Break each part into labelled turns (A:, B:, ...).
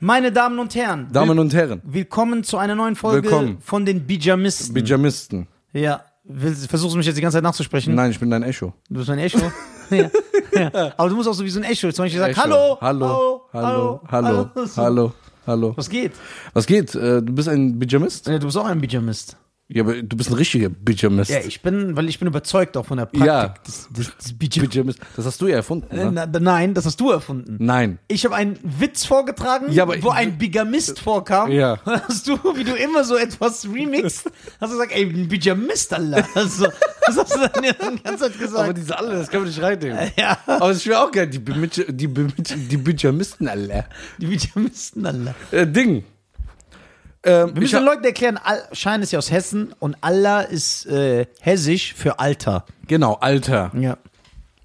A: Meine Damen und Herren,
B: Damen und Herren,
A: will willkommen zu einer neuen Folge
B: Willkommen.
A: von den Bijamisten.
B: Bijamisten.
A: ja, will- versuchst du mich jetzt die ganze Zeit nachzusprechen?
B: Nein, ich bin dein Echo.
A: Du bist mein Echo. ja. Ja. Aber du musst auch so wie so ein Echo. Zum Beispiel sagst,
B: Echo.
A: hallo,
B: hallo, hallo, hallo, hallo, hallo.
A: Was geht?
B: Was geht? Äh, Du bist ein Bijamist?
A: Ja, du bist auch ein Bijamist.
B: Ja, aber du bist ein richtiger Bijamist.
A: Ja, ich bin, weil ich bin überzeugt auch von der Praktik
B: Ja.
A: des, des, des Bijam
B: Bijamist. Das hast du ja erfunden,
A: Äh,
B: ne?
A: na, Nein, das hast du erfunden.
B: Nein.
A: Ich habe einen Witz vorgetragen,
B: Ja, aber-
A: wo ein Bigamist vorkam.
B: Ja.
A: Und Hast du, wie du immer so etwas remixt, hast du gesagt, ey, ein Bigamist, Alter. Also, das hast du dann ja die ganze Zeit
B: Aber
A: gesagt.
B: diese alle, das können wir nicht reinnehmen.
A: ja,
B: Aber ich will auch gerne die, Bimit- die, Bimit- die Bijamisten, alle.
A: die Bigamisten, Alter.
B: Äh, Ding. Ähm,
A: Wir
B: ich
A: müssen den
B: hab,
A: Leuten erklären, Al Schein ist ja aus Hessen und Allah ist äh, hessisch für Alter.
B: genau, Alter.
A: Ja.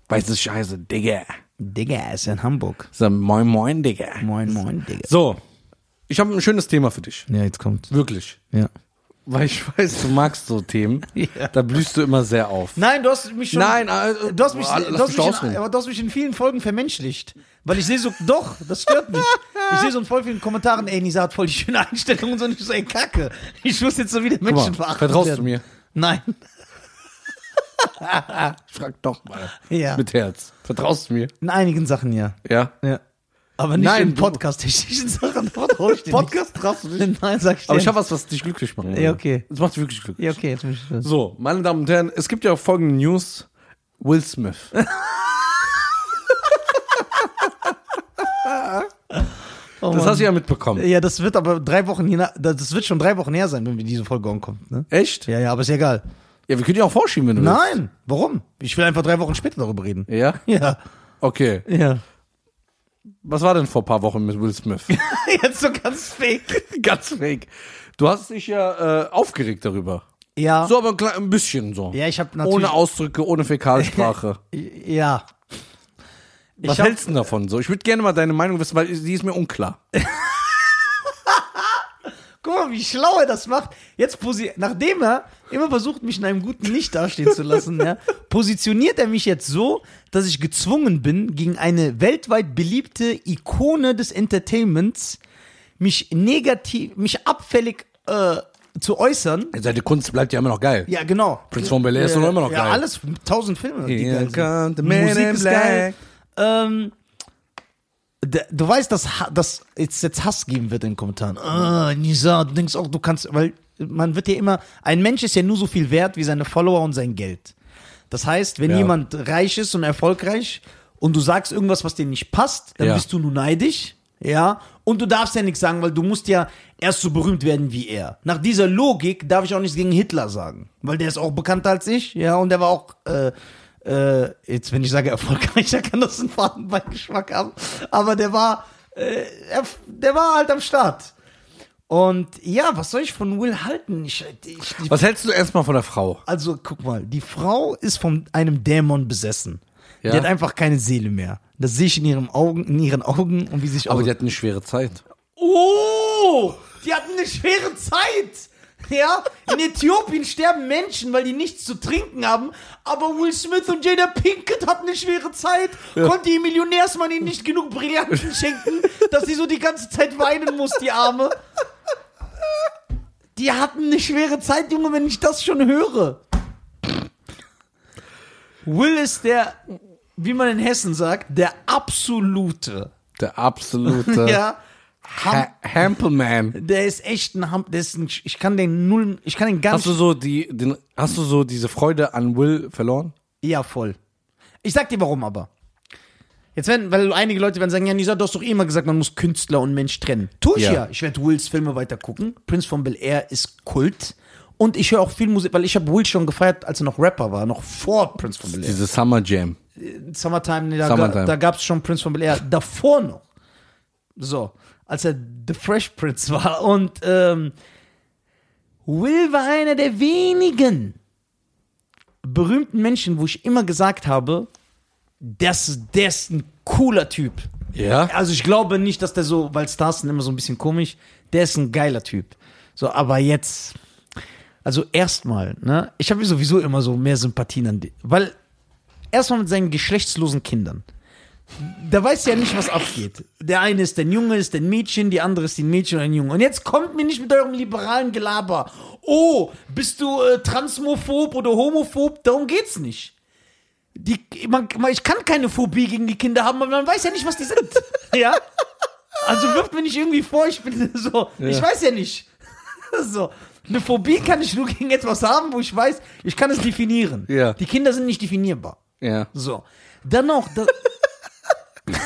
B: Weiße Scheiße, Digga.
A: Digga, ist in Hamburg.
B: So, moin, moin, Digga.
A: Moin, moin, Digga.
B: So, ich habe ein schönes Thema für dich.
A: Ja, jetzt kommt.
B: Wirklich.
A: Ja.
B: Weil ich weiß, du magst so Themen.
A: Ja.
B: Da blühst du immer sehr auf.
A: Nein, du hast mich schon.
B: Nein, äh,
A: du hast mich,
B: lass
A: du hast
B: mich
A: mich, in,
B: ausreden.
A: aber du hast mich in vielen Folgen vermenschlicht. Weil ich sehe so, doch, das stört mich. Ich sehe so in voll vielen Kommentaren, ey, Nisa hat voll die schöne Einstellung und so, und ich so, ey, kacke. Ich muss jetzt so wieder
B: Guck mal,
A: Menschen verachtet
B: Vertraust
A: werden.
B: du mir?
A: Nein.
B: Frag doch mal.
A: Ja.
B: Mit Herz. Vertraust du mir?
A: In einigen Sachen ja.
B: Ja.
A: Ja. Aber nicht
B: Nein,
A: in
B: du-
A: podcast-technischen Sachen. Vertraust du
B: Podcast traust du nicht.
A: nicht? Nein, sag ich dir
B: Aber ich
A: nicht.
B: habe was, was dich glücklich machen würde.
A: Ja, okay.
B: Das macht dich wirklich glücklich.
A: Ja, okay, jetzt bin ich das.
B: So, meine Damen und Herren, es gibt ja folgende News. Will Smith.
A: Oh,
B: Das
A: Mann.
B: hast du ja mitbekommen.
A: ja, das wird aber drei Wochen hier, na- das wird schon drei Wochen her sein, wenn wir diese Folge ankommt, ne?
B: Echt? Ja,
A: Ja, ja, aber ist ja egal.
B: wir können ja auch vorschieben, wenn du
A: Nein, warum? Ich will einfach drei Wochen später darüber reden.
B: willst. Ja?
A: Ja,
B: Okay.
A: ja.
B: Was war denn vor ein paar Wochen mit Will Smith?
A: Jetzt so ganz fake.
B: Ganz fake. Du hast dich ja äh, aufgeregt darüber.
A: Ja,
B: So, aber ein, klein, ein bisschen so.
A: ja, ich habe natürlich.
B: ohne Ausdrücke, ohne Fäkalsprache.
A: ja.
B: Was
A: ich hab,
B: hältst du denn davon so? Ich würde gerne mal deine Meinung wissen, weil die ist mir unklar.
A: guck mal, wie schlau er das macht. Jetzt posi nachdem er immer versucht, mich in einem guten Licht dastehen zu lassen, ja, positioniert er mich jetzt so, dass ich gezwungen bin, gegen eine weltweit beliebte Ikone des Entertainments mich negativ, mich abfällig äh, zu äußern.
B: Seine Kunst bleibt ja immer noch geil.
A: Ja, genau.
B: Prince von Bel-Air ist doch immer noch
A: ja,
B: geil.
A: alles, tausend Filme. die geil
B: Here
A: sind.
B: come the man
A: Musik
B: in
A: ist geil. Ähm, d- du weißt, dass, Ha- dass jetzt, jetzt Hass geben wird in den Kommentaren. Ah, Nisa, du denkst auch, du kannst, weil man wird ja immer, ein Mensch ist ja nur so viel wert wie seine Follower und sein Geld. Das heißt, wenn
B: Ja.
A: jemand reich ist und erfolgreich und du sagst irgendwas, was dir nicht passt, dann
B: Ja.
A: bist du nur neidisch, ja. Und du darfst ja nichts sagen, weil du musst ja erst so berühmt werden wie er. Nach dieser Logik darf ich auch nichts gegen Hitler sagen, weil der ist auch bekannter als ich, ja, und der war auch, äh, äh, jetzt wenn ich sage erfolgreicher, kann das einen Fadenbeigeschmack haben, aber der war, äh, er, der war halt am Start. Und ja, was soll ich von Will halten? Ich, ich, ich
B: Was hältst du erstmal von der Frau?
A: also guck mal, die Frau ist von einem Dämon besessen.
B: Ja.
A: Die hat einfach keine Seele mehr. Das sehe ich in, ihrem Augen, in ihren Augen und wie sich
B: Aber
A: auch.
B: die hat eine schwere Zeit.
A: oh, die hatten eine schwere Zeit. Ja, in Äthiopien sterben Menschen, weil die nichts zu trinken haben. Aber Will Smith und Jada Pinkett hatten eine schwere Zeit. Konnte ihr Millionärsmann ihnen nicht genug Brillanten schenken, dass sie so die ganze Zeit weinen muss, die Arme. Die hatten eine schwere Zeit, Junge, wenn ich das schon höre. Will ist der, wie man in Hessen sagt, der absolute.
B: Der absolute
A: Ja. Ham,
B: ha Hampelman.
A: der ist echt ein Ham, der ist ein, ich kann den null, ich kann den ganz
B: Hast du so die, den, hast du so diese Freude an Will verloren?
A: Ja, voll. Ich sag dir warum aber. Jetzt werden, weil einige Leute werden sagen, ja, Nisa, du hast doch eh immer gesagt, man muss Künstler und Mensch trennen. Tu ich ja.
B: Ja.
A: Ich werde Wills Filme weiter gucken. Prince von Bel Air ist Kult. Und ich höre auch viel Musik, weil ich habe Will schon gefeiert, als er noch Rapper war, noch vor Prince von Bel Air.
B: Diese Summer Jam.
A: Summertime, nee, da,
B: Summertime.
A: Ga, da gab es schon Prince von Bel Air. Davor noch. So, als er The Fresh Prince war. Und ähm, Will war einer der wenigen berühmten Menschen, wo ich immer gesagt habe, das, der ist ein cooler Typ.
B: Ja?
A: Also ich glaube nicht, dass der so, weil Stars sind immer so ein bisschen komisch, der ist ein geiler Typ. So, aber jetzt, also erstmal, ne, ich habe sowieso immer so mehr Sympathien an die, weil erstmal mit seinen geschlechtslosen Kindern. Da weiß ja nicht, was abgeht. Der eine ist ein Junge, ist ein Mädchen, die andere ist ein Mädchen und ein Junge. Und jetzt kommt mir nicht mit eurem liberalen Gelaber. Oh, bist du äh, transmophob oder homophob? Darum geht's nicht. Die, man, man, ich kann keine Phobie gegen die Kinder haben, aber man weiß ja nicht, was die sind. ja? Also wirft mir nicht irgendwie vor, ich bin so. Ich weiß ja nicht. so. Eine Phobie kann ich nur gegen etwas haben, wo ich weiß, ich kann es definieren.
B: Ja.
A: Die Kinder sind nicht definierbar.
B: Ja.
A: So. Dann auch. Da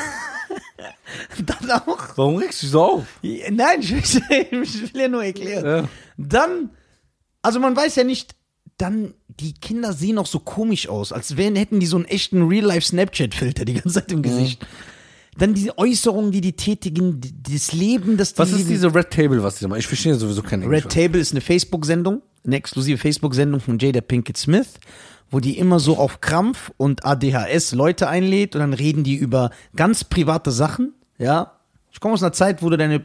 A: dann auch.
B: Warum regst du dich so auf?
A: Ja, Nein, ich will, ich will ja nur erklären.
B: Ja.
A: Dann. Also man weiß ja nicht. Dann, die Kinder sehen auch so komisch aus, als wären, hätten die so einen echten Real-Life-Snapchat-Filter die ganze Zeit
B: Mhm.
A: im Gesicht. Dann diese Äußerungen, die die tätigen, die- das Leben, das die
B: Was ist
A: leben.
B: diese Red Table, was die da machen? Ich verstehe sowieso kein Englisch.
A: Red Table ist eine Facebook-Sendung, eine exklusive Facebook-Sendung von Jada Pinkett Smith, wo die immer so auf Krampf und ADHS Leute einlädt und dann reden die über ganz private Sachen. Ja, ich komme aus einer Zeit, wo du deine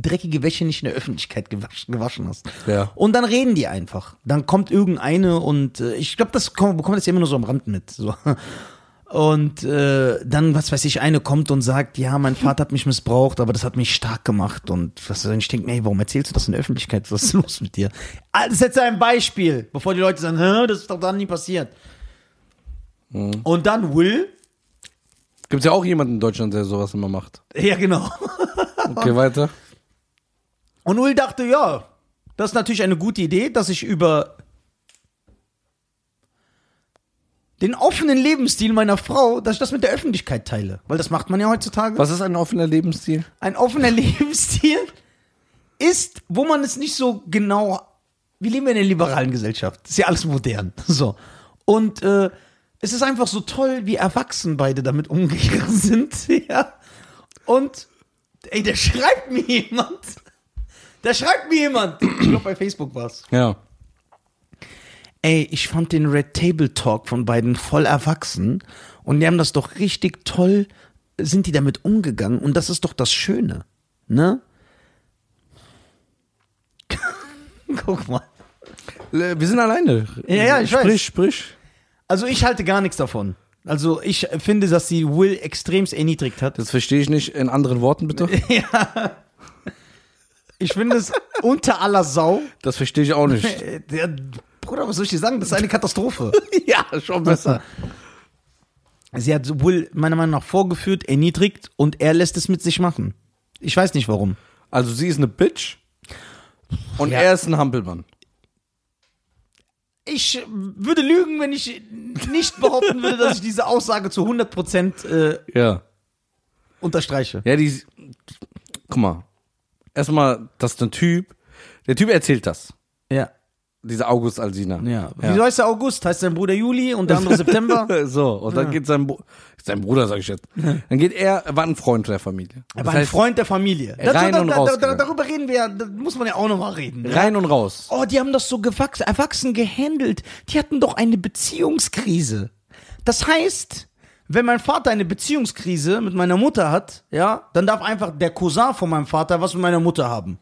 A: dreckige Wäsche nicht in der Öffentlichkeit gewaschen, gewaschen hast.
B: Ja.
A: Und dann reden die einfach. Dann kommt irgendeine und äh, ich glaube, das kommt, bekommt das ja immer nur so am Rand mit. So. Und äh, dann, was weiß ich, eine kommt und sagt, ja, mein Vater hat mich missbraucht, aber das hat mich stark gemacht. Und was und ich denke, mir, hey, warum erzählst du das in der Öffentlichkeit? Was ist los mit dir? Ah, Das ist jetzt ein Beispiel, bevor die Leute sagen, Hä, das ist doch dann nie passiert. Und dann Will,
B: Gibt es ja auch jemanden in Deutschland, der sowas immer macht.
A: ja genau.
B: Okay, weiter.
A: Und Will dachte, ja, das ist natürlich eine gute Idee, dass ich über den offenen Lebensstil meiner Frau, dass ich das mit der Öffentlichkeit teile. Weil das macht man ja heutzutage.
B: Was ist ein offener Lebensstil?
A: ein offener Lebensstil ist, wo man es nicht so genau. Wir leben ja in einer liberalen Gesellschaft. Ist ja alles modern. So. Und äh, es ist einfach so toll, wie erwachsen beide damit umgegangen sind. Ja. Und ey, da schreibt mir jemand. Da schreibt mir jemand. Ich glaube, bei Facebook war's.
B: Ja.
A: Ey, ich fand den Red Table Talk von beiden voll erwachsen und die haben das doch richtig toll, sind die damit umgegangen und das ist doch das Schöne, ne? Guck mal.
B: Äh, Wir sind alleine.
A: Ja, ja, ich
B: sprich,
A: weiß.
B: Sprich, sprich.
A: Also ich halte gar nichts davon. Also ich finde, dass sie Will extremst erniedrigt hat.
B: Das verstehe ich nicht. In anderen Worten, bitte.
A: Ich finde es unter aller Sau.
B: Das verstehe ich auch nicht.
A: Äh, Der, Bruder, was soll ich dir sagen? Das ist eine Katastrophe.
B: ja, schon besser.
A: Sie hat Will meiner Meinung nach vorgeführt, erniedrigt und er lässt es mit sich machen. Ich weiß nicht warum.
B: Also sie ist eine Bitch und
A: Ja.
B: er ist ein Hampelmann.
A: Ich würde lügen, wenn ich nicht behaupten würde, dass ich diese Aussage zu 100% äh,
B: Ja.
A: unterstreiche.
B: Ja, die. Guck mal. Erstmal, das ist ein Typ. Der Typ erzählt das.
A: Ja.
B: Dieser August Alsina.
A: ja. Wieso heißt der August? Heißt sein Bruder Juli und der andere September?
B: so, und dann geht sein, Bru- sein Bruder, sag ich jetzt. Dann geht er, er war ein Freund der Familie.
A: Er
B: Das
A: war ein
B: heißt,
A: Freund der Familie.
B: rein und raus gegangen.
A: darüber reden wir ja, da muss man ja auch nochmal reden.
B: Rein und raus.
A: Oh, die haben das so gewachsen, erwachsen gehandelt. Die hatten doch eine Beziehungskrise. Das heißt, wenn mein Vater eine Beziehungskrise mit meiner Mutter hat, ja, dann darf einfach der Cousin von meinem Vater was mit meiner Mutter haben.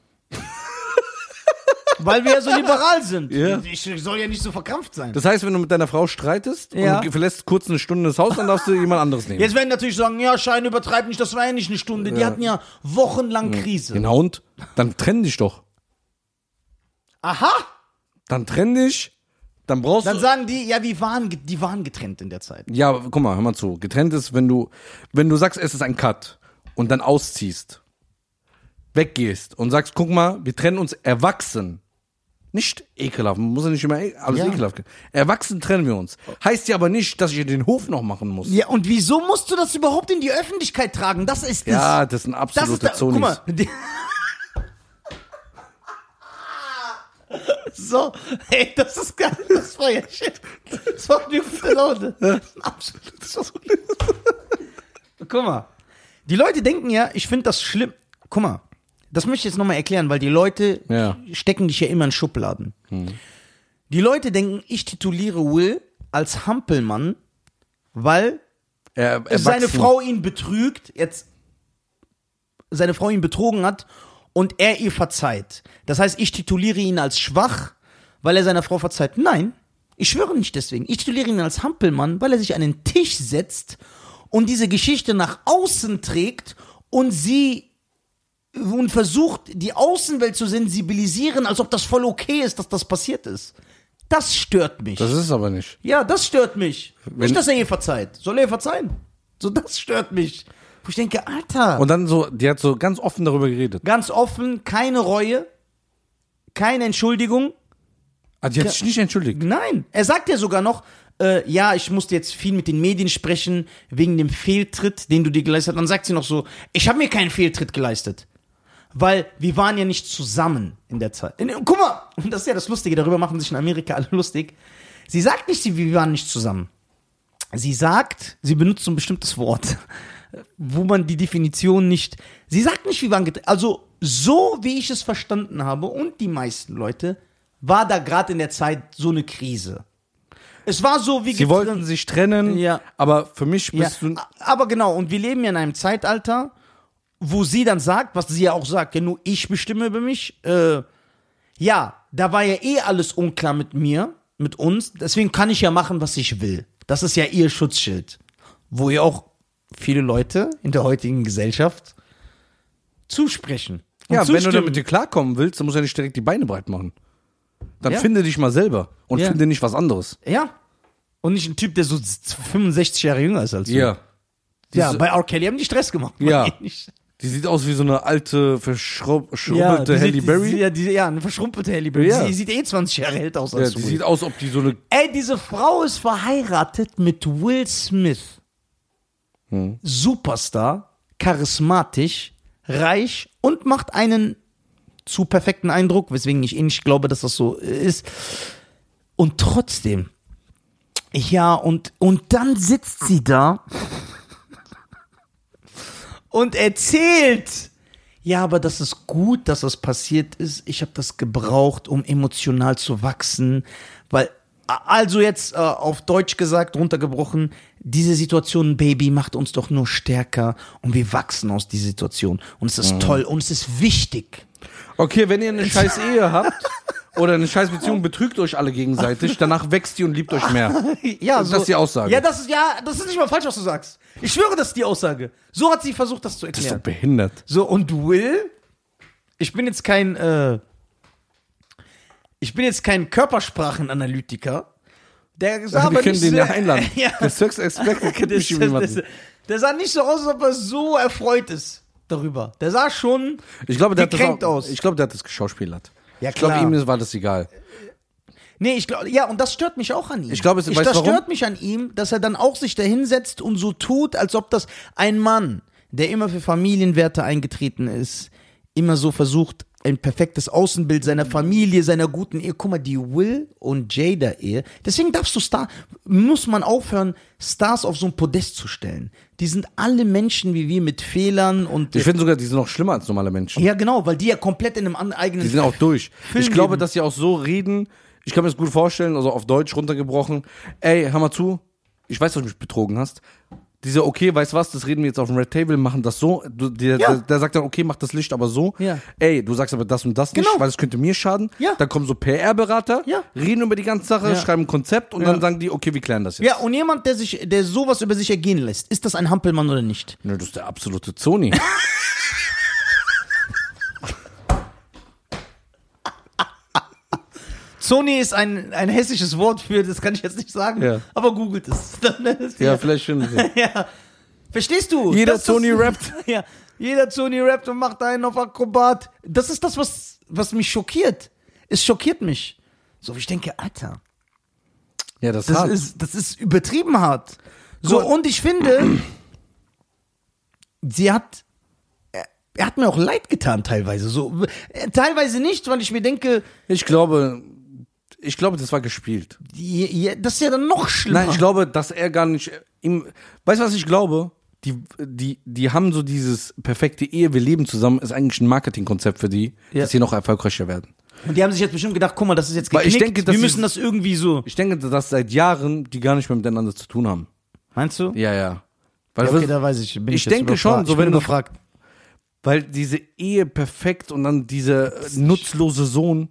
A: Weil wir ja so liberal sind.
B: Ja.
A: Ich soll ja nicht so verkrampft sein.
B: Das heißt, wenn du mit deiner Frau streitest
A: Ja.
B: und du verlässt kurz eine Stunde das Haus, dann darfst du jemand anderes nehmen.
A: Jetzt werden natürlich sagen, ja, Schein übertreibt nicht, das war ja nicht eine Stunde. Die
B: Ja.
A: hatten ja wochenlang Krise.
B: Genau und? Dann trenn dich doch.
A: Aha!
B: Dann trenn dich. Dann brauchst
A: Dann
B: du.
A: sagen die, ja, die waren, ge- die waren getrennt in der Zeit.
B: Ja, aber guck mal, hör mal zu. Getrennt ist, wenn du, wenn du sagst, es ist ein Cut und dann ausziehst, weggehst und sagst, guck mal, wir trennen uns erwachsen. Nicht ekelhaft, man muss ja nicht immer e- alles
A: Ja.
B: ekelhaft. Erwachsen trennen wir uns. Heißt ja aber nicht, dass ich ihr den Hof noch machen muss.
A: Ja, und wieso musst du das überhaupt in die Öffentlichkeit tragen? Das ist es.
B: Ja, das sind
A: Das ist
B: absolute
A: da, guck
B: Zonis.
A: mal. Die, so, ey, das ist geil. Das war ja shit. Das war eine gute Laune. Absolut. Guck mal. Die Leute denken ja, ich finde das schlimm. Guck mal. Das möchte ich jetzt nochmal erklären, weil die Leute
B: Ja. Hm.
A: stecken dich ja immer in Schubladen. Die Leute denken, ich tituliere Will als Hampelmann, weil
B: Er,
A: dass Äh, seine
B: erwachsen.
A: Frau ihn betrügt, jetzt seine Frau ihn betrogen hat und er ihr verzeiht. Das heißt, ich tituliere ihn als schwach, weil er seiner Frau verzeiht. Nein, ich schwöre nicht deswegen. Ich tituliere ihn als Hampelmann, weil er sich an den Tisch setzt und diese Geschichte nach außen trägt und sie und versucht, die Außenwelt zu sensibilisieren, als ob das voll okay ist, dass das passiert ist. Das stört mich.
B: Das ist es aber nicht.
A: ja, das stört mich.
B: Wenn-
A: Nicht, dass er ihr verzeiht. Soll er ihr verzeihen? So, das stört mich. Wo ich denke, Alter.
B: Und dann so, die hat so ganz offen darüber geredet.
A: ganz offen, keine Reue, keine Entschuldigung.
B: Ah, die hat sich nicht entschuldigt.
A: Nein, er sagt ja sogar noch, äh, ja, ich musste jetzt viel mit den Medien sprechen wegen dem Fehltritt, den du dir geleistet hast. Dann sagt sie noch so, ich habe mir keinen Fehltritt geleistet, weil wir waren ja nicht zusammen in der Zeit. In, guck mal, und das ist ja das Lustige, darüber machen sich in Amerika alle lustig. Sie sagt nicht, sie- wir waren nicht zusammen. Sie sagt, sie benutzt so ein bestimmtes Wort, wo man die Definition nicht. Sie sagt nicht, wir waren getrennt. Also, so wie ich es verstanden habe und die meisten Leute, war da gerade in der Zeit so eine Krise. Es war so wie
B: Sie wollten sich trennen,
A: Ja.
B: aber für mich
A: ja,
B: bist du.
A: aber genau, und wir leben ja in einem Zeitalter, wo sie dann sagt, was sie ja auch sagt, ja, nur ich bestimme über mich. Äh, ja, da war ja eh alles unklar mit mir, mit uns. Deswegen kann ich ja machen, was ich will. Das ist ja ihr Schutzschild. Wo ihr auch viele Leute in der heutigen Gesellschaft zusprechen. und
B: Ja, wenn du
A: zustimmen.
B: damit dir klarkommen willst, dann musst du ja nicht direkt die Beine breit machen. Dann
A: Ja.
B: finde dich mal selber und
A: Ja.
B: finde nicht was anderes.
A: Ja. Und nicht ein Typ, der so 65 Jahre jünger ist als du.
B: Ja.
A: ja
B: diese-
A: bei R. Kelly haben die Stress gemacht.
B: Ja.
A: Bei ihr
B: Die sieht aus wie so eine alte,
A: Ja,
B: verschrumpelte
A: die
B: Halle
A: sieht-
B: Berry.
A: Die, ja, die, ja, eine verschrumpelte Halle Berry.
B: Ja.
A: Sie sieht eh 20 Jahre älter aus
B: ja,
A: als
B: die
A: du.
B: sieht aus, ob die so eine.
A: Ey, diese Frau ist verheiratet mit Will Smith.
B: Hm.
A: Superstar, charismatisch, reich und macht einen zu perfekten Eindruck, weswegen ich eh nicht glaube, dass das so ist. Und trotzdem, ja, und, und dann sitzt sie da und erzählt. Ja, aber das ist gut, dass das passiert ist. Ich habe das gebraucht, um emotional zu wachsen, weil a- also jetzt äh, auf Deutsch gesagt, runtergebrochen, diese Situation, Baby, macht uns doch nur stärker und wir wachsen aus dieser Situation. Und es ist
B: Mhm.
A: toll und es ist wichtig.
B: Okay, wenn ihr eine scheiß Ehe habt oder eine scheiß Beziehung, betrügt euch alle gegenseitig. Danach wächst die und liebt euch mehr.
A: Ja,
B: Ist das die Aussage?
A: Ja, das ist ja, das ist nicht mal falsch, was du sagst. Ich schwöre, das ist die Aussage. So hat sie versucht, das zu
B: Das ist
A: erklären.
B: doch behindert.
A: So, und Will, ich bin jetzt kein, äh, ich bin jetzt kein Körpersprachenanalytiker, der sah aber
B: Also, Wir können
A: nicht
B: den
A: so,
B: ja einladen.
A: Ja,
B: Der Sex Expected kennt
A: der,
B: bestimmt jemanden.
A: der sah nicht so aus, als ob er so erfreut ist darüber. Der sah schon,
B: Ich glaube, der hat das
A: Gekränkt
B: auch,
A: aus.
B: Ich glaube, der hat das geschauspielert.
A: Ja,
B: ich glaube,
A: klar.
B: ihm war das egal.
A: nee, ich glaube, ja, und das stört mich auch an ihm.
B: Ich glaube, es-
A: ich,
B: weißt
A: das
B: du warum?
A: stört mich an ihm, dass er dann auch sich dahinsetzt und so tut, als ob das ein Mann, der immer für Familienwerte eingetreten ist, immer so versucht, ein perfektes Außenbild seiner Familie, seiner guten Ehe. Guck mal, die Will und Jada-Ehe. Deswegen darfst du Star, muss man aufhören, Stars auf so ein Podest zu stellen. Die sind alle Menschen wie wir mit Fehlern und.
B: Ich finde sogar, die sind noch schlimmer als normale Menschen.
A: Äh, ja, genau, weil die ja komplett in einem an- eigenen.
B: Die sind auch durch. Ich
A: Film
B: glaube,
A: geben.
B: dass sie auch so reden. Ich kann mir das gut vorstellen, also auf Deutsch runtergebrochen. Ey, hör mal zu. Ich weiß, dass du mich betrogen hast. Dieser, okay, weißt was, das reden wir jetzt auf dem Red Table, machen das so. Du, der,
A: Ja.
B: der, der sagt dann, okay, mach das Licht aber so.
A: Ja.
B: Ey, du sagst aber das und das nicht,
A: Genau.
B: weil es könnte mir schaden.
A: Ja.
B: Dann kommen so PR-Berater,
A: Ja.
B: reden über die ganze Sache,
A: Ja.
B: schreiben ein Konzept und dann sagen die, okay, wir klären das jetzt.
A: ja, und jemand, der sich, der sowas über sich ergehen lässt, ist das ein Hampelmann oder nicht?
B: Nö, das ist der absolute Zoni.
A: Sony ist ein, ein hessisches Wort für, das kann ich jetzt nicht sagen,
B: Ja.
A: aber googelt es. Dann ist-
B: ja, vielleicht finden sie.
A: ja. Verstehst du?
B: Jeder
A: Das ist-
B: Zoni rappt.
A: Ja, jeder Sony rappt und macht einen auf Akrobat. Das ist das, was, was mich schockiert. Es schockiert mich. So, wie ich denke, Alter,
B: Ja, das,
A: das
B: hart.
A: ist, das ist übertrieben hart. So,
B: Guck mal.
A: und ich finde, sie hat, er, er hat mir auch leid getan teilweise. So, äh, teilweise nicht, weil ich mir denke,
B: Ich glaube, ich glaube, das war gespielt.
A: die- die- das ist ja dann noch schlimmer.
B: Nein, ich glaube, dass er gar nicht ihm. Weißt du, was ich glaube? Die, die, die haben so dieses perfekte Ehe, wir leben zusammen, ist eigentlich ein Marketingkonzept für die,
A: Ja.
B: dass sie noch erfolgreicher werden.
A: Und die haben sich jetzt bestimmt gedacht, guck mal, das ist jetzt
B: Weil
A: geknickt,
B: ich denke, dass
A: wir
B: sie-
A: müssen das irgendwie so.
B: Ich denke, dass seit Jahren die gar nicht mehr miteinander zu tun haben.
A: Meinst du?
B: Ja, ja. Weil,
A: okay, da weiß ich. Bin
B: Ich
A: jetzt
B: denke
A: überfragt.
B: schon, so
A: ich bin
B: wenn du-
A: gefragt.
B: weil diese Ehe perfekt und dann dieser äh, nutzlose Sohn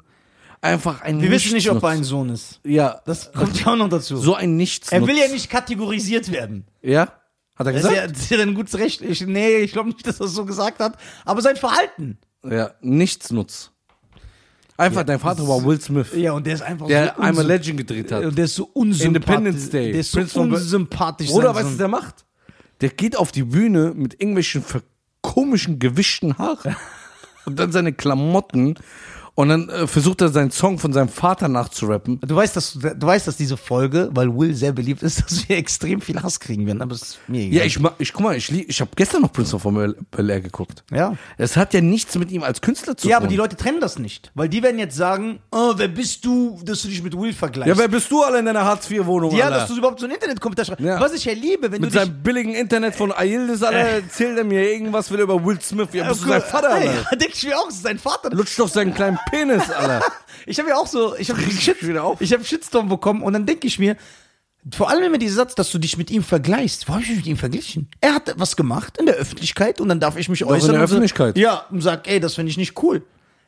B: einfach ein
A: Wir wissen nicht, ob er
B: Nichtsnutz-
A: ein Sohn ist.
B: Ja,
A: Also Das kommt ja auch noch dazu.
B: so ein Nichts.
A: er will ja nicht kategorisiert werden.
B: Ja? Hat er
A: Das ist
B: gesagt?
A: ja, das ist ja ein gutes Recht. Ich, nee, ich glaube nicht, dass er es so gesagt hat. Aber sein Verhalten.
B: Ja, nichts nutzt. Einfach, dein Vater war Will Smith,
A: Ja, und der ist einfach
B: der
A: so
B: I'm a
A: unsy-
B: Legend gedreht hat.
A: Und der ist so unsympathisch.
B: Independence Day.
A: Der ist so
B: Prince von Bel-
A: unsympathisch.
B: Oder
A: sein
B: weißt du, was
A: Sohn.
B: der macht? Der geht auf die Bühne mit irgendwelchen ver- komischen, gewischten Haaren und dann seine Klamotten und dann äh, versucht er seinen Song von seinem Vater nachzurappen.
A: du weißt, dass du, du weißt, dass diese Folge, weil Will sehr beliebt ist, dass wir extrem viel Hass kriegen werden. Aber es ist mir egal.
B: Ja, ich, ma- ich guck mal, ich, li- ich habe gestern noch Prince of Bel Bel Air geguckt.
A: Ja.
B: Es hat ja nichts mit ihm als Künstler zu
A: Ja,
B: tun.
A: aber die Leute trennen das nicht. Weil die werden jetzt sagen, oh, wer bist du, dass du dich mit Will vergleichst?
B: ja, wer bist du alle in deiner Hartz-IV-Wohnung?
A: Ja,
B: Alter?
A: dass du überhaupt so einen Internetkommentar schreibst.
B: Ja.
A: Was ich Äh. ja liebe, wenn
B: mit
A: du dich...
B: seinem billigen Internet von Aildis, Alter, erzählt er mir irgendwas wieder über Will Smith. Ja, bist du sein Vater, Alter?
A: Denk ich mir auch, es ist sein Vater.
B: Lutscht doch seinen kleinen Penis, Alter.
A: Ich habe ja auch so, ich habe Shit,
B: wieder auf.
A: ich habe Shitstorm bekommen und dann denke ich mir, vor allem immer dieser Satz, dass du dich mit ihm vergleichst. Warum habe ich mich mit ihm verglichen? Er hat was gemacht in der Öffentlichkeit und dann darf ich mich äußern.
B: in der
A: und so-
B: Öffentlichkeit.
A: Ja, und sag, ey, das finde ich nicht cool.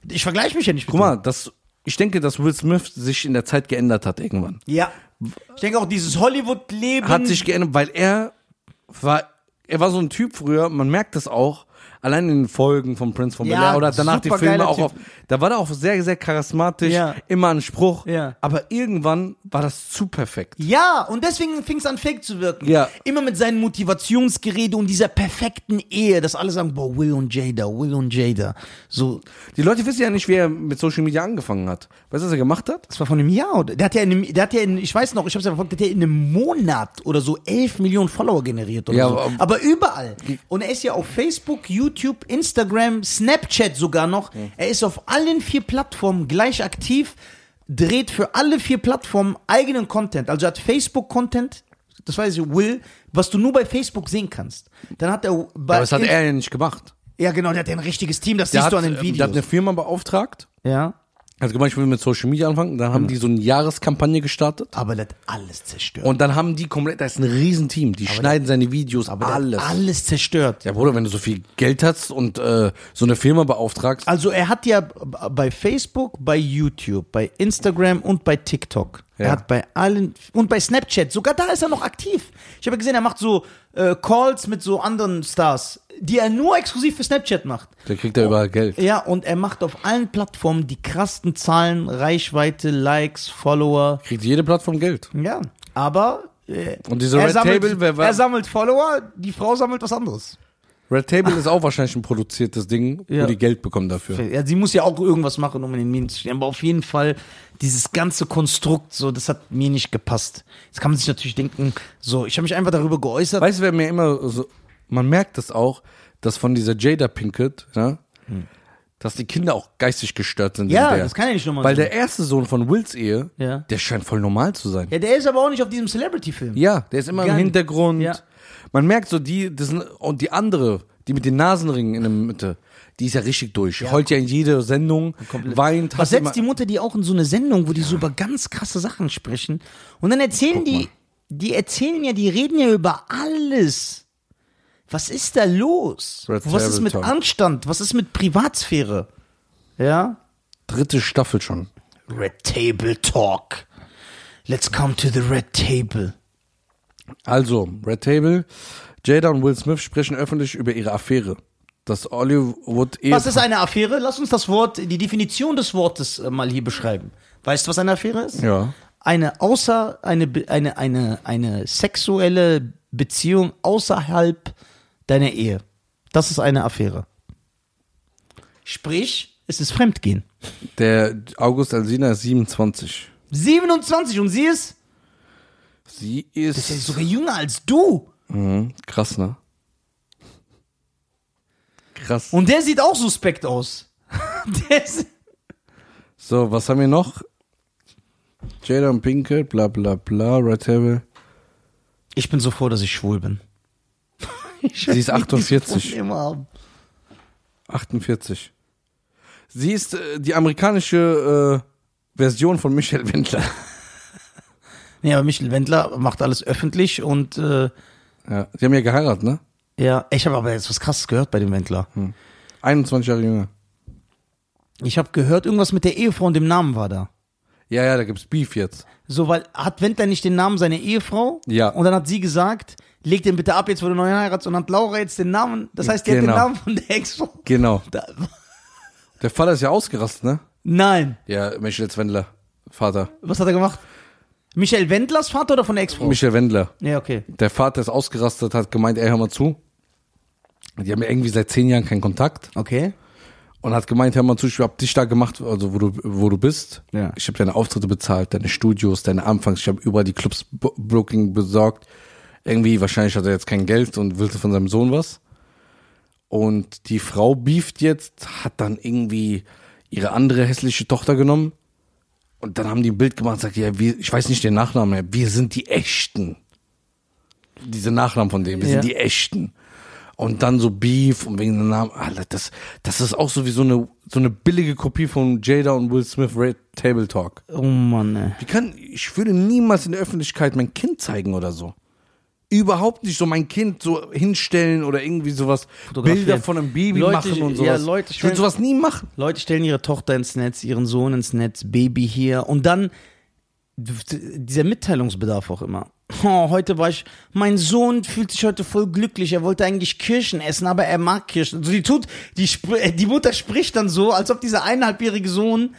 A: Ich vergleiche mich ja nicht mit
B: Guck mal, das, ich denke, dass Will Smith sich in der Zeit geändert hat irgendwann.
A: ihm. Ja. Ich denke auch, dieses Hollywood-Leben.
B: Hat sich geändert, weil er war, er war so ein Typ früher, man merkt das auch, allein in den Folgen von Prince von
A: Ja,
B: Bel-Air oder danach die
A: supergeiler
B: Filme auch
A: Typ.
B: auf, da war er auch sehr, sehr charismatisch,
A: Ja.
B: immer ein Spruch,
A: Ja.
B: aber irgendwann war das zu perfekt.
A: Ja, und deswegen fing es an, fake zu wirken.
B: Ja.
A: Immer mit seinen Motivationsgerede und dieser perfekten Ehe, dass alle sagen, boah, Will und Jada, Will und Jada. So,
B: Die Leute wissen ja nicht, wie er mit Social Media angefangen hat. Weißt du, was er gemacht hat?
A: das war von einem Jahr, oder? Der hat ja in einem, der hat ja in, ich weiß noch, ich hab's ja verfolgt, der hat ja in einem Monat oder so 11 Millionen Follower generiert oder
B: Ja, ähm,
A: so.
B: aber-
A: Aber überall. Und er ist ja auf Facebook, YouTube, Instagram, Snapchat sogar noch. Er ist auf allen vier Plattformen gleich aktiv, dreht für alle vier Plattformen eigenen Content. Also er hat Facebook-Content, das weiß ich, Will, was du nur bei Facebook sehen kannst. Dann hat er bei,
B: Aber das hat er ja nicht gemacht.
A: ja genau, der hat ja ein richtiges Team, das
B: Der
A: siehst
B: hat,
A: du an den
B: äh, Der hat eine
A: Videos.
B: Firma beauftragt,
A: Ja.
B: also gemacht, ich will mit Social Media anfangen, dann haben die so eine Jahreskampagne gestartet.
A: Aber der hat alles zerstört.
B: Und dann haben die komplett, da ist ein Riesenteam, die schneiden seine Videos, aber
A: Der hat
B: alles.
A: Alles zerstört.
B: Ja, Bruder, wenn du so viel Geld hast und äh, so eine Firma beauftragst,
A: Also er hat ja b- bei Facebook, bei YouTube, bei Instagram und bei TikTok. Er
B: Ja.
A: hat bei allen und bei Snapchat, sogar da ist er noch aktiv. Ich habe ja gesehen, er macht so äh, Calls mit so anderen Stars, die er nur exklusiv für Snapchat macht.
B: der kriegt
A: Oh.
B: ja überall Geld.
A: Ja, und er macht auf allen Plattformen die krassen Zahlen, Reichweite, Likes, Follower.
B: Kriegt jede Plattform Geld.
A: Ja, aber äh,
B: Und diese
A: er,
B: Red
A: sammelt,
B: Table, wer
A: er
B: war,
A: sammelt Follower, die Frau sammelt was anderes.
B: Red Table ist auch wahrscheinlich ein produziertes Ding,
A: Ja.
B: wo die Geld bekommen dafür.
A: Ja, sie muss ja auch irgendwas machen, um in den Medien zu stehen. Aber auf jeden Fall, dieses ganze Konstrukt, so, das hat mir nicht gepasst. Jetzt kann man sich natürlich denken, so, ich habe mich einfach darüber geäußert.
B: Weißt du, wer mir immer so, man merkt das auch, dass von dieser Jada Pinkett, ja, dass die Kinder auch geistig gestört sind.
A: Hm. Ja,
B: in der.
A: das kann ja nicht normal
B: Weil
A: sein.
B: der erste Sohn von Wills Ehe,
A: Ja.
B: der scheint voll normal zu sein.
A: ja, der ist aber auch nicht auf diesem Celebrity-Film.
B: Ja, der ist immer
A: Gar
B: im
A: nicht.
B: Hintergrund.
A: Ja.
B: Man merkt so, die, das sind, und die andere, die mit den Nasenringen in der Mitte, die ist ja richtig durch. Heult ja in jede Sendung, weint,
A: Was
B: hasst
A: setzt die
B: immer-
A: Mutter die auch in so eine Sendung, wo die so über ganz krasse Sachen sprechen? Und dann erzählen die, die erzählen ja, die reden ja über alles. Was ist da los?
B: Red
A: Was ist
B: Table
A: mit
B: Talk.
A: Anstand? Was ist mit Privatsphäre? Ja?
B: dritte Staffel schon.
A: Red Table Talk. Let's come to the Red Table.
B: Also, Red Table, Jada und Will Smith sprechen öffentlich über ihre Affäre. Das Hollywood Ehe.
A: Was ist eine Affäre? Lass uns das Wort, die Definition des Wortes äh, mal hier beschreiben. Weißt du, was eine Affäre ist?
B: Ja.
A: Eine außer eine Be- eine eine eine sexuelle Beziehung außerhalb deiner Ehe. Das ist eine Affäre. Sprich, es ist Fremdgehen.
B: Der August Alsina ist 27.
A: 27 und sie ist,
B: Sie ist,
A: sie ist sogar jünger als du.
B: Mhm, krass, ne? Krass.
A: Und der sieht auch suspekt aus. der ist,
B: So, was haben wir noch? Jada und Pinkett, bla bla bla, Red Table.
A: Ich bin so froh, dass ich schwul bin. Ich
B: Sie ist
A: will dieses
B: 48.
A: Problem haben.
B: 48. Sie ist äh, die amerikanische äh, Version von Michelle Wendler.
A: Nee, aber Michel Wendler macht alles öffentlich und äh,
B: Ja, sie haben ja geheiratet, ne?
A: ja, ich habe aber jetzt was krasses gehört bei dem Wendler.
B: 21 Jahre jünger.
A: Ich habe gehört, irgendwas mit der Ehefrau und dem Namen war da.
B: Ja, ja, da gibt's Beef jetzt.
A: So, weil hat Wendler nicht den Namen seiner Ehefrau?
B: Ja.
A: Und dann hat sie gesagt, leg den bitte ab, jetzt wo du neu heiratest. Und hat Laura jetzt den Namen, das heißt, die hat
B: Genau.
A: den Namen von der Ex-Frau.
B: Genau.
A: Da-
B: Der Vater ist ja ausgerastet, ne?
A: Nein.
B: Ja, Michel Wendler. Vater.
A: Was hat er gemacht? Michael Wendlers Vater oder von der Ex-Frau?
B: Michel Wendler.
A: Ja, okay.
B: Der Vater ist ausgerastet, hat gemeint, ey, hör mal zu. Die haben ja irgendwie seit zehn Jahren keinen Kontakt.
A: Okay.
B: und hat gemeint, hör mal zu, ich hab dich da gemacht, also wo du, wo du bist.
A: Ja.
B: Ich habe deine Auftritte bezahlt, deine Studios, deine Anfangs, ich habe überall die Clubs Bo- Booking besorgt. Irgendwie, wahrscheinlich hat er jetzt kein Geld und will von seinem Sohn was. Und die Frau beeft jetzt, hat dann irgendwie ihre andere hässliche Tochter genommen. Und dann haben die ein Bild gemacht und sagt, ja, wir, ich weiß nicht den Nachnamen mehr, wir sind die Echten. Diese Nachnamen von dem, wir
A: Ja.
B: sind die Echten. Und dann so Beef und wegen dem Namen, Alter, das, das ist auch so wie so eine, so eine billige Kopie von Jada und Will Smith Red Table Talk.
A: Oh Mann, ey.
B: Wie kann, ich würde niemals in der Öffentlichkeit mein Kind zeigen oder so. Überhaupt nicht so mein Kind so hinstellen oder irgendwie sowas.
A: Fotografieren.
B: Bilder von einem Baby
A: Leute,
B: machen und
A: ja,
B: sowas.
A: Leute,
B: ich würde
A: schön-
B: sowas nie machen.
A: Leute stellen ihre Tochter ins Netz, ihren Sohn ins Netz, Baby hier und dann d- d- dieser Mitteilungsbedarf auch immer. Oh, heute war ich, mein Sohn fühlt sich heute voll glücklich. Er wollte eigentlich Kirschen essen, aber er mag Kirschen. Also die tut, die, sp- äh, die Mutter spricht dann so, als ob dieser eineinhalbjährige Sohn,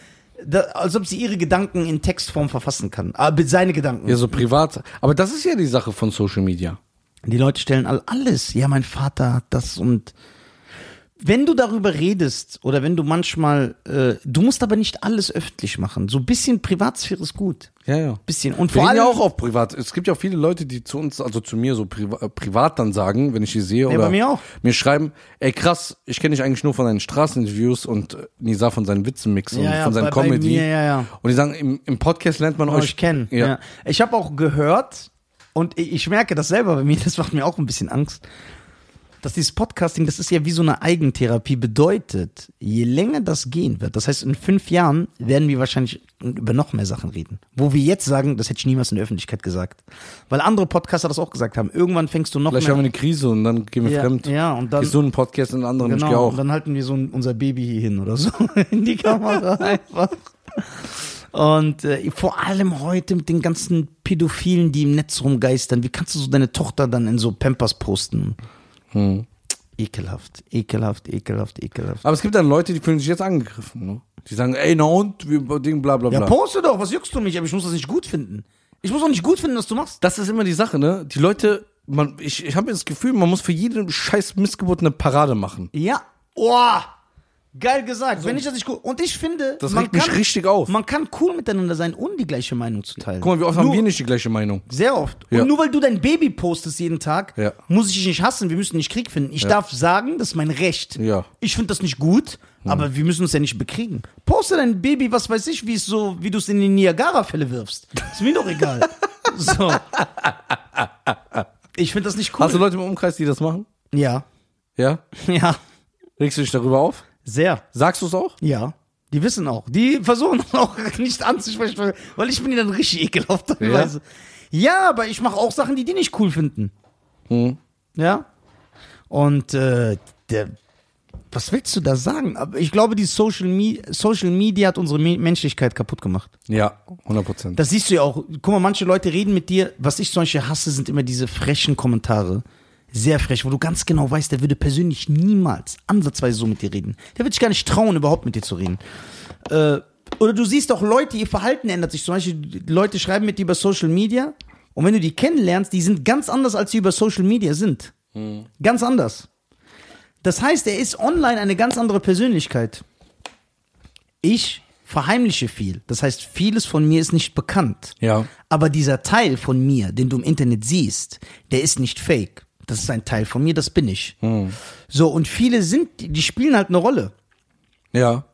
A: da, als ob sie ihre Gedanken in Textform verfassen kann. Aber seine Gedanken.
B: Ja, so privat. Aber das ist ja die Sache von Social Media.
A: Die Leute stellen all, alles. Ja, mein Vater hat das und wenn du darüber redest oder wenn du manchmal, äh, du musst aber nicht alles öffentlich machen. So ein bisschen Privatsphäre ist gut.
B: Ja, ja.
A: Bisschen. Und
B: Wir
A: vor
B: gehen
A: allem,
B: ja auch auf privat. Es gibt ja auch viele Leute, die zu uns, also zu mir so priva äh, privat dann sagen, wenn ich die sehe oder
A: bei mir auch.
B: mir schreiben, ey krass, ich kenne dich eigentlich nur von deinen Straßeninterviews und äh, Nisa von seinen Witzenmix und
A: Ja, ja,
B: von
A: bei-
B: seinen
A: bei
B: Comedy.
A: mir, ja, ja.
B: Und die sagen, im, im Podcast lernt man euch,
A: euch kennen.
B: Ja.
A: Ja. Ich habe auch gehört und ich ich merke das selber bei mir, das macht mir auch ein bisschen Angst, dass dieses Podcasting, das ist ja wie so eine Eigentherapie, bedeutet, je länger das gehen wird, das heißt, in fünf Jahren werden wir wahrscheinlich über noch mehr Sachen reden, wo wir jetzt sagen, das hätte ich niemals in der Öffentlichkeit gesagt. Weil andere Podcaster das auch gesagt haben, irgendwann fängst du noch
B: Vielleicht
A: mehr
B: haben wir eine Krise und dann gehen wir
A: Ja,
B: fremd.
A: ja, und dann-
B: Ist so ein Podcast und einen anderen, ich geh
A: Genau,
B: auch.
A: und dann halten wir so ein, unser Baby hier hin oder so in die Kamera einfach. Und äh, vor allem heute mit den ganzen Pädophilen, die im Netz rumgeistern, wie kannst du so deine Tochter dann in so Pampers posten?
B: Hm.
A: Ekelhaft, ekelhaft, ekelhaft, ekelhaft.
B: Aber es gibt dann Leute, die fühlen sich jetzt angegriffen. Ne? Die sagen, ey, na und, wir, Ding, bla bla bla.
A: Ja, poste doch, was juckst du mich? Aber ich muss das nicht gut finden. Ich muss auch nicht gut finden, was du machst.
B: das ist immer die Sache, ne? Die Leute, man, ich, ich habe das Gefühl, man muss für jede scheiß Missgeburt eine Parade machen.
A: Ja. Oh, geil gesagt. Wenn ich das nicht gut. Und ich finde,
B: Das
A: man,
B: regt mich
A: kann,
B: richtig auf.
A: man kann cool miteinander sein, ohne die gleiche Meinung zu teilen.
B: Guck mal, wie oft haben
A: Nur-
B: wir nicht die gleiche Meinung?
A: Sehr oft.
B: Ja.
A: Und nur weil du dein Baby postest jeden Tag,
B: Ja.
A: muss ich dich nicht hassen, wir müssen nicht Krieg finden. Ich darf sagen, das ist mein Recht.
B: Ja. Mhm.
A: Ich finde das nicht gut, aber wir müssen uns ja nicht bekriegen. Poste dein Baby, was weiß ich, wie es so, wie du es in die Niagara-Fälle wirfst. Ist mir doch egal. so. Ich finde das nicht cool.
B: Hast du Leute im Umkreis, die das machen?
A: ja.
B: Ja?
A: Ja.
B: Regst du dich darüber auf?
A: Sehr.
B: Sagst du es auch?
A: Ja. Die wissen auch. Die versuchen auch nicht anzusprechen, weil ich bin ihnen dann richtig ekelhaft teilweise. Ja, aber ich mache auch Sachen, die die nicht cool finden. Ja. Und äh, der, was willst du da sagen? Aber ich glaube, die Social, Me Social Media hat unsere Me Menschlichkeit kaputt gemacht.
B: Ja, 100 Prozent.
A: Das siehst du ja auch. Guck mal, manche Leute reden mit dir. Was ich solche hasse, sind immer diese frechen Kommentare. Sehr frech, wo du ganz genau weißt, der würde persönlich niemals ansatzweise so mit dir reden. Der wird sich gar nicht trauen, überhaupt mit dir zu reden. Äh, oder du siehst auch Leute, ihr Verhalten ändert sich. Zum Beispiel, Leute schreiben mit dir über Social Media. Und wenn du die kennenlernst, die sind ganz anders, als sie über Social Media sind. Ganz anders. Das heißt, er ist online eine ganz andere Persönlichkeit ich verheimliche viel. Das heißt, vieles von mir ist nicht bekannt.
B: Ja.
A: Aber dieser Teil von mir, den du im Internet siehst, der ist nicht fake. Das ist ein Teil von mir, das bin ich. So, und viele sind, die die spielen halt eine Rolle. Also
B: Ja.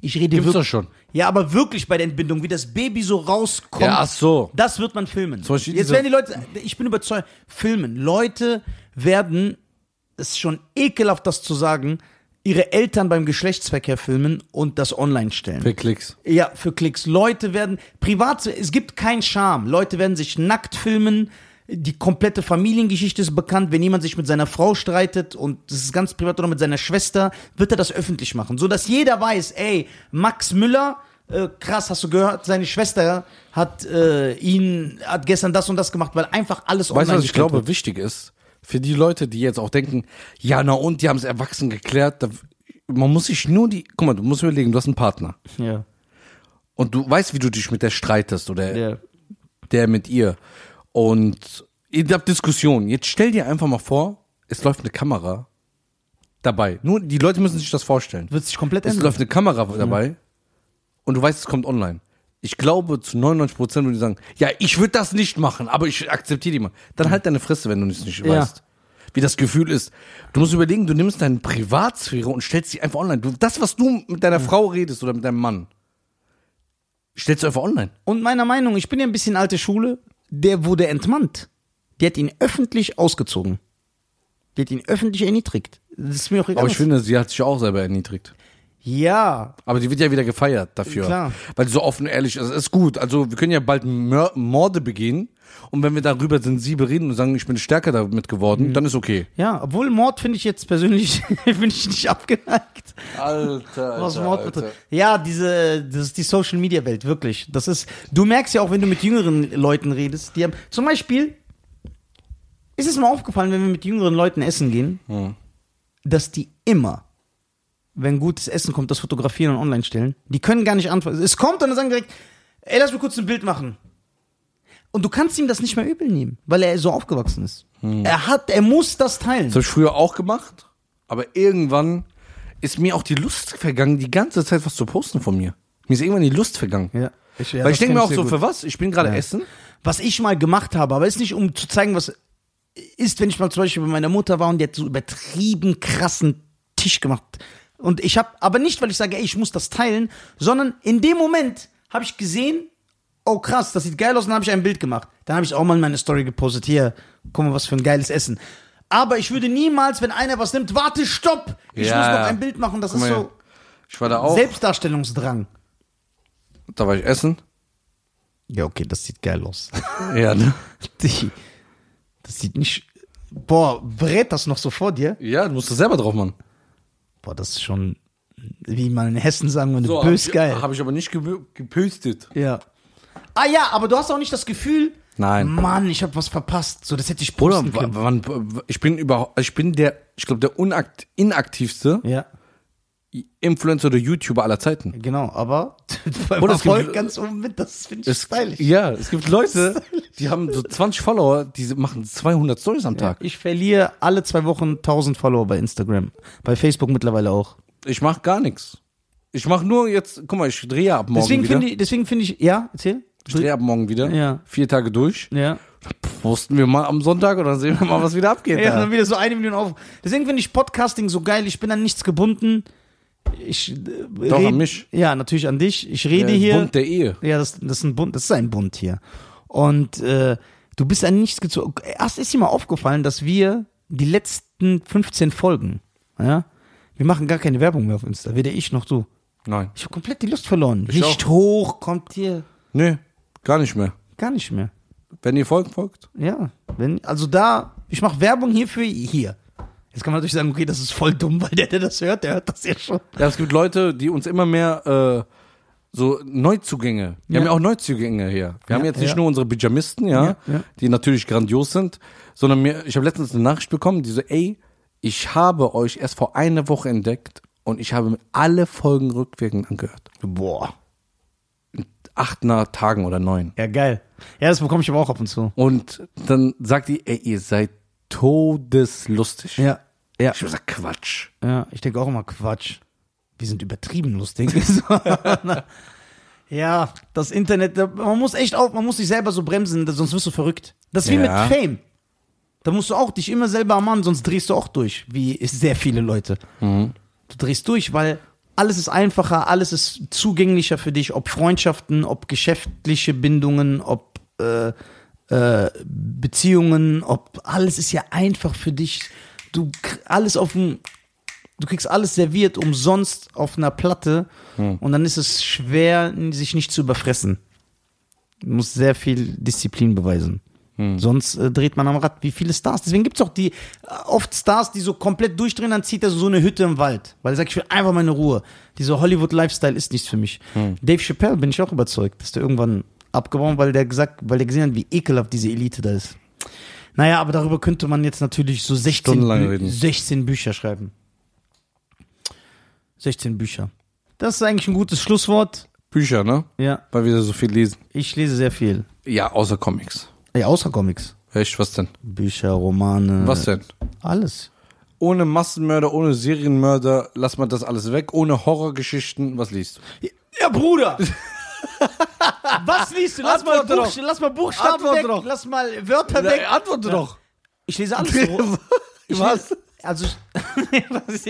A: Ich rede
B: Gibt's
A: wirklich.
B: doch schon.
A: Ja, aber wirklich bei der Entbindung, wie das Baby so rauskommt.
B: Ja, ach so.
A: Das wird man filmen.
B: Zum Beispiel
A: Jetzt
B: diese-
A: werden die Leute, ich bin überzeugt, filmen. Leute werden, es ist schon ekelhaft, das zu sagen, ihre Eltern beim Geschlechtsverkehr filmen und das online stellen.
B: Für Klicks.
A: Ja, für Klicks. Leute werden privat, es gibt keinen Charme. Leute werden sich nackt filmen. Die komplette Familiengeschichte ist bekannt. Wenn jemand sich mit seiner Frau streitet und das ist ganz privat oder mit seiner Schwester, wird er das öffentlich machen, so dass jeder weiß, ey, Max Müller, äh, krass, hast du gehört, seine Schwester hat äh, ihn hat gestern das und das gemacht, weil einfach alles
B: Weißt du, was ich
A: gestellt
B: glaube, wichtig ist? Für die Leute, die jetzt auch denken, ja, na und, die haben es erwachsen geklärt. Da, man muss sich nur die, guck mal, du musst überlegen, du hast einen Partner.
A: wird. Ja.
B: Und du weißt, wie du dich mit der streitest oder
A: Ja.
B: der mit ihr. Und ihr habt Diskussionen. Jetzt stell dir einfach mal vor, es läuft eine Kamera dabei. Nur, die Leute müssen sich das vorstellen.
A: Wird sich komplett
B: Es
A: ändern.
B: läuft eine Kamera dabei und du weißt, es kommt online. Ich glaube, zu 99 Prozent würden die sagen, ja, ich würde das nicht machen, aber ich akzeptiere die mal. Dann halt deine Fresse, wenn du es nicht
A: Ja.
B: weißt. Wie das Gefühl ist. Du musst überlegen, du nimmst deine Privatsphäre und stellst sie einfach online. Du, das, was du mit deiner Frau redest oder mit deinem Mann, stellst du einfach online.
A: Und meiner Meinung, ich bin ja ein bisschen alte Schule, der wurde entmannt. Die hat ihn öffentlich ausgezogen. Die hat ihn öffentlich erniedrigt. Das ist mir auch egal.
B: Aber ich
A: was-
B: finde, sie hat sich auch selber erniedrigt.
A: ja,
B: Aber die wird ja wieder gefeiert dafür.
A: Klar.
B: Weil die so offen und ehrlich ist. Ist gut. Also wir können ja bald Mör Morde begehen. Und wenn wir darüber sensibel reden und sagen, ich bin stärker damit
A: Mhm.
B: geworden, dann ist okay.
A: ja, obwohl Mord finde ich jetzt persönlich bin ich nicht abgeneigt.
B: Alter.
A: Was Mord betrifft. Ja, diese das ist die Social Media Welt wirklich. Das ist du merkst ja auch, wenn du mit jüngeren Leuten redest, die haben zum Beispiel ist es mal aufgefallen, wenn wir mit jüngeren Leuten essen gehen,
B: Hm.
A: dass die immer, wenn gutes Essen kommt, das fotografieren und online stellen. Die können gar nicht antworten. Es kommt und dann sagen die direkt, ey, lass mir kurz ein Bild machen. Und du kannst ihm das nicht mehr übel nehmen, weil er so aufgewachsen ist.
B: Hm.
A: Er hat, er muss das teilen.
B: Das habe ich früher auch gemacht. Aber irgendwann ist mir auch die Lust vergangen, die ganze Zeit was zu posten von mir. Mir ist irgendwann die Lust vergangen.
A: Ja. Ich, ja,
B: Weil
A: das
B: ich denke
A: kenn
B: mir auch
A: sehr
B: so,
A: gut.
B: für was? Ich bin gerade essen.
A: was ich mal gemacht habe, aber ist nicht, um zu zeigen, was ist, wenn ich mal zum Beispiel bei meiner Mutter war und die hat so übertrieben krassen Tisch gemacht. Und ich habe, aber nicht, weil ich sage, ey, ich muss das teilen, sondern in dem Moment habe ich gesehen, oh krass, das sieht geil aus, und dann habe ich ein Bild gemacht. Dann habe ich auch mal in meine Story gepostet, hier, guck mal, was für ein geiles Essen. Aber ich würde niemals, wenn einer was nimmt, warte, stopp, ich
B: Ja,
A: muss noch
B: ja.
A: ein Bild machen, das
B: Guck
A: ist
B: mal
A: so
B: hier. Oh. Ich war da auch.
A: Selbstdarstellungsdrang.
B: Da war ich essen.
A: Ja, okay, das sieht geil aus.
B: Ja, ne?
A: Die, das sieht nicht. Boah, brät das noch so vor dir?
B: ja, du musst das selber drauf machen.
A: Boah, das ist schon, wie man in Hessen sagen würde,
B: So,
A: bös
B: hab
A: geil.
B: Ich, hab ich aber nicht gewö- gepostet.
A: ja. Ah ja, aber du hast auch nicht das Gefühl,
B: Nein.
A: Mann, ich habe was verpasst. So, das hätte ich
B: Bruder,
A: posten
B: wa-
A: können.
B: wann, w- ich bin überhaupt, ich bin der, ich glaube, der unakt, inaktivste
A: Ja,
B: Influencer oder YouTuber aller Zeiten.
A: genau, aber beim
B: Oder es gibt-
A: Erfolg ganz oben mit, das finde ich stylisch.
B: Ja, es gibt Leute, die haben so 20 Follower, die machen 200 Stories am Tag.
A: Ich verliere alle zwei Wochen 1000 Follower bei Instagram. Bei Facebook mittlerweile auch.
B: Ich mache gar nichts. Ich mache nur jetzt, guck mal, ich drehe ab morgen
A: Deswegen
B: wieder.
A: finde ich, deswegen finde ich, ja, erzähl.
B: ich drehe ab morgen wieder.
A: Ja.
B: Vier Tage durch.
A: Ja.
B: Posten wir mal am Sonntag und dann sehen wir mal, was wieder abgeht.
A: Ja,
B: da.
A: dann wieder so eine Million auf. Deswegen finde ich Podcasting so geil. Ich bin an nichts gebunden. Ich äh,
B: Doch,
A: red-
B: an mich.
A: Ja, natürlich an dich. Ich rede
B: Der
A: hier.
B: Bund der Ehe.
A: Ja, das, das ist ein Bund. Das ist ein Bund hier. Und äh, du bist an nichts gezogen. Erst ist dir mal aufgefallen, dass wir die letzten 15 Folgen, ja, wir machen gar keine Werbung mehr auf Insta. Weder ich noch du.
B: Nein.
A: Ich habe komplett die Lust verloren.
B: Ich
A: Nicht hoch kommt hier
B: Nee, gar nicht mehr.
A: gar nicht mehr.
B: Wenn ihr folgt, folgt.
A: Ja, wenn, also da, ich mache Werbung hierfür hier. Jetzt kann man natürlich sagen, okay, das ist voll dumm, weil der, der das hört, der hört das ja schon.
B: Ja, es gibt Leute, die uns immer mehr äh, so Neuzugänge. Wir
A: Ja.
B: haben ja auch Neuzugänge hier. Wir haben jetzt nicht
A: ja.
B: nur unsere Pyjamisten, ja,
A: Ja, ja.
B: die natürlich grandios sind, sondern mir, ich habe letztens eine Nachricht bekommen, die so, ey, ich habe euch erst vor einer Woche entdeckt und ich habe mir alle Folgen rückwirkend angehört.
A: Boah.
B: Acht nach Tagen oder neun.
A: Ja, geil. Ja, das bekomme ich aber auch ab und zu.
B: Und dann sagt die, ey, ihr seid todeslustig.
A: Ja, ja.
B: Ich habe gesagt, Quatsch.
A: Ja, ich denke auch immer Quatsch. Wir sind übertrieben lustig. ja, das Internet, da- man muss echt auf, man muss sich selber so bremsen, da- sonst wirst du verrückt. Das ist wie
B: Ja.
A: mit Fame. Da musst du auch dich immer selber am Mann, sonst drehst du auch durch, wie sehr viele Leute. Du drehst durch, weil Alles ist einfacher, alles ist zugänglicher für dich, ob Freundschaften, ob geschäftliche Bindungen, ob äh, äh, Beziehungen, ob alles ist ja einfach für dich. Du k- alles auf dem, du kriegst alles serviert umsonst auf einer Platte und dann ist es schwer, n- sich nicht zu überfressen. Du musst sehr viel Disziplin beweisen.
B: Hm.
A: Sonst äh, dreht man am Rad wie viele Stars. Deswegen gibt es auch die äh, oft Stars, die so komplett durchdrehen, dann zieht er so eine Hütte im Wald. Weil er sagt, ich will einfach meine Ruhe. Dieser Hollywood-Lifestyle ist nichts für mich.
B: Hm.
A: Dave Chappelle bin ich auch überzeugt, dass der irgendwann abgebaut, weil der gesagt, weil der gesehen hat, wie ekelhaft diese Elite da ist. Naja, aber darüber könnte man jetzt natürlich so 16,
B: Stundenlang
A: Bü-
B: reden.
A: 16 Bücher schreiben. 16 Bücher. Das ist eigentlich ein gutes Schlusswort.
B: Bücher, ne?
A: Ja,
B: Weil wir so viel lesen.
A: ich lese sehr viel.
B: Ja, außer Comics.
A: Ja, außer Comics.
B: Echt, was denn?
A: Bücher, Romane.
B: Was denn?
A: Alles.
B: Ohne Massenmörder, ohne Serienmörder, lass mal das alles weg. Ohne Horrorgeschichten, was liest du?
A: Ja, Bruder! Was liest du? Lass mal,
B: Antworte
A: Buch,
B: doch.
A: lass mal Buchstaben
B: Antworte
A: weg,
B: doch.
A: lass mal Wörter weg.
B: Äh, antworte doch.
A: Ich lese alles. so. Ich
B: was?
A: Lese, also, ich- was ist-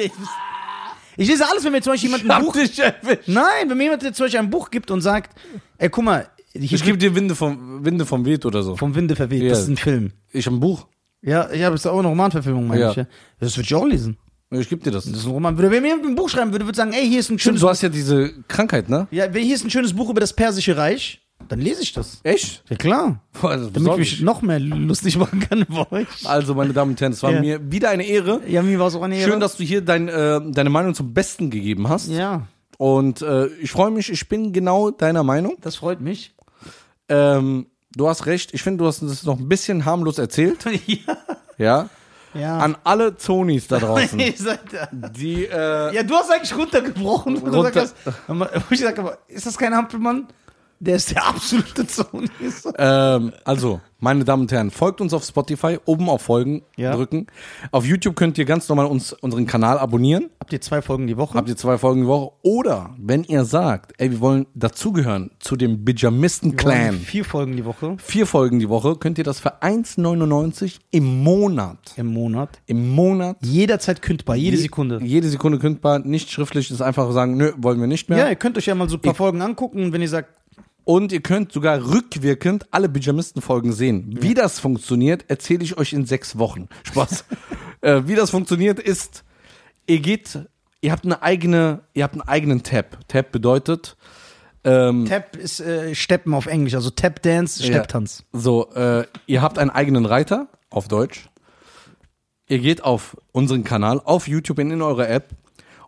A: ich lese alles, wenn mir zum Beispiel jemand ein
B: Hab
A: Buch...
B: dich erwischt.
A: Nein, wenn mir jemand jetzt zum Beispiel ein Buch gibt und sagt, ey, guck mal, hier
B: Ich gebe dir Winde vom, Winde vom Weht oder so.
A: vom Winde verweht, das
B: Ja.
A: ist ein Film.
B: Ich habe ein Buch.
A: Ja, ich habe jetzt auch eine Romanverfilmung, meine
B: Ja.
A: ich. Ja. Das würde ich auch lesen.
B: Ich gebe dir das.
A: Das ist ein Roman. Würde, wenn mir jemand ein Buch schreiben würde, würde ich sagen, ey, hier ist ein schönes
B: Stimmt, du hast ja diese Krankheit, ne?
A: Ja, wenn hier ist ein schönes Buch über das Persische Reich, dann lese ich das.
B: Echt?
A: Ja klar.
B: Boah, das
A: Damit ich
B: besorg
A: mich
B: ich.
A: noch mehr lustig machen kann über euch.
B: Also, meine Damen und Herren, es war
A: Ja.
B: mir wieder eine Ehre.
A: Ja, mir war es auch eine Ehre.
B: Schön, dass du hier dein, äh, deine Meinung zum Besten gegeben hast.
A: Ja,
B: Und äh, ich freue mich, ich bin genau deiner Meinung.
A: das freut mich.
B: Ähm, du hast recht, ich finde, du hast das noch ein bisschen harmlos erzählt.
A: ja.
B: Ja.
A: ja.
B: An alle Zonis da draußen,
A: Ihr seid da.
B: die äh,
A: ja, du hast eigentlich runtergebrochen. wo Du
B: Runter-
A: gesagt hast, aber- wo ich sag, aber ist das kein Hampelmann? Der ist der absolute Zone.
B: ähm, also, meine Damen und Herren, folgt uns auf Spotify, oben auf Folgen
A: Ja.
B: drücken. Auf YouTube könnt ihr ganz normal uns unseren Kanal abonnieren.
A: Habt ihr zwei Folgen die Woche?
B: Habt ihr zwei Folgen die Woche. Oder wenn ihr sagt, ey, wir wollen dazugehören zu dem Bijamisten-Clan.
A: Vier Folgen die Woche
B: Vier Folgen die Woche könnt ihr das für 1,99 im Monat.
A: im Monat.
B: Im Monat.
A: Jederzeit kündbar, jede
B: Je-
A: Sekunde.
B: Jede Sekunde kündbar, nicht schriftlich, ist einfach sagen, nö, wollen wir nicht mehr.
A: Ja, ihr könnt euch ja mal so ein paar Folgen angucken, wenn ihr sagt,
B: Und ihr könnt sogar rückwirkend alle Pyjamisten-Folgen sehen. Wie das funktioniert, erzähle ich euch in sechs Wochen. Spaß. äh, wie das funktioniert ist, ihr geht, ihr habt eine eigene, ihr habt einen eigenen Tab. Tab bedeutet, ähm,
A: Tap ist äh, Steppen auf Englisch, also Tap Dance, Stepptanz.
B: Ja. So, äh, ihr habt einen eigenen Reiter auf Deutsch. Ihr geht auf unseren Kanal, auf YouTube und in eure App.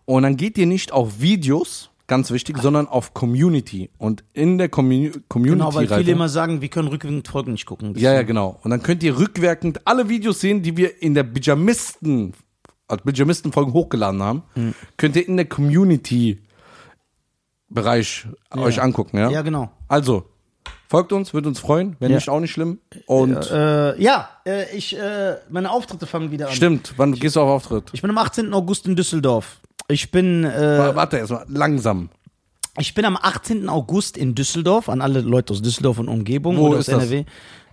B: Und dann geht ihr nicht auf Videos, ganz wichtig, sondern auf Community. Und in der Commu Community.
A: Genau, weil
B: Reiter-
A: viele immer sagen, wir können rückwirkend Folgen nicht gucken.
B: ne? ja, ja, genau. Und dann könnt ihr rückwirkend alle Videos sehen, die wir in der Pyjamisten, als Pyjamisten-Folgen hochgeladen haben,
A: Hm.
B: könnt ihr in der Community-Bereich euch angucken, ja?
A: Ja, genau.
B: Also, folgt uns, würde uns freuen. Wenn
A: Ja.
B: nicht, auch nicht schlimm. Und
A: Äh, ja, äh, ich, äh, meine Auftritte fangen wieder an.
B: stimmt, wann gehst du auf Auftritt?
A: Ich bin am 18. August in Düsseldorf. Ich bin, äh,
B: Wa- Warte erstmal, langsam.
A: ich bin am 18. August in Düsseldorf, an alle Leute aus Düsseldorf und Umgebung
B: Wo
A: oder
B: ist
A: aus
B: das?
A: NRW.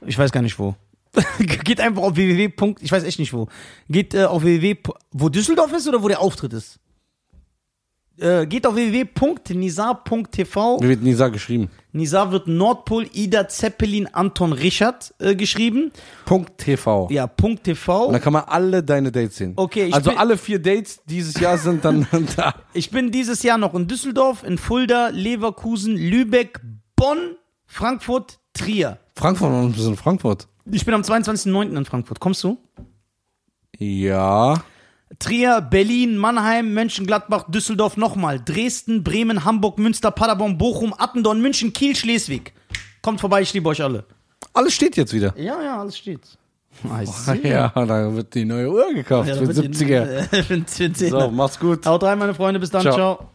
A: Ich weiß gar nicht wo. Geht einfach auf www. Ich weiß echt nicht wo. Geht äh, auf www. Wo Düsseldorf ist oder wo der Auftritt ist? Äh, geht auf www.nisa.tv.
B: Wie wird Nisa geschrieben?
A: Nizar wird Nordpol, Ida Zeppelin, Anton Richard äh, geschrieben.
B: Punkt TV.
A: Ja, Punkt
B: Und
A: TV.
B: dann kann man alle deine Dates sehen.
A: Okay, ich
B: Also
A: bin-
B: alle vier Dates dieses Jahr sind dann da.
A: Ich bin dieses Jahr noch in Düsseldorf, in Fulda, Leverkusen, Lübeck, Bonn, Frankfurt, Trier.
B: Frankfurt, warum bist du in Frankfurt?
A: Ich bin am 22.09. in Frankfurt. Kommst du?
B: Ja.
A: Trier, Berlin, Mannheim, Mönchengladbach, Düsseldorf nochmal. Dresden, Bremen, Hamburg, Münster, Paderborn, Bochum, Attendorn, München, Kiel, Schleswig. Kommt vorbei, ich liebe euch alle.
B: Alles steht jetzt wieder.
A: Ja, ja, alles steht. Nice.
B: Ja, da wird die neue Uhr gekauft für 70er.
A: Für den 10er.
B: So, mach's gut.
A: Haut rein, meine Freunde. Bis dann.
B: Ciao.
A: Ciao.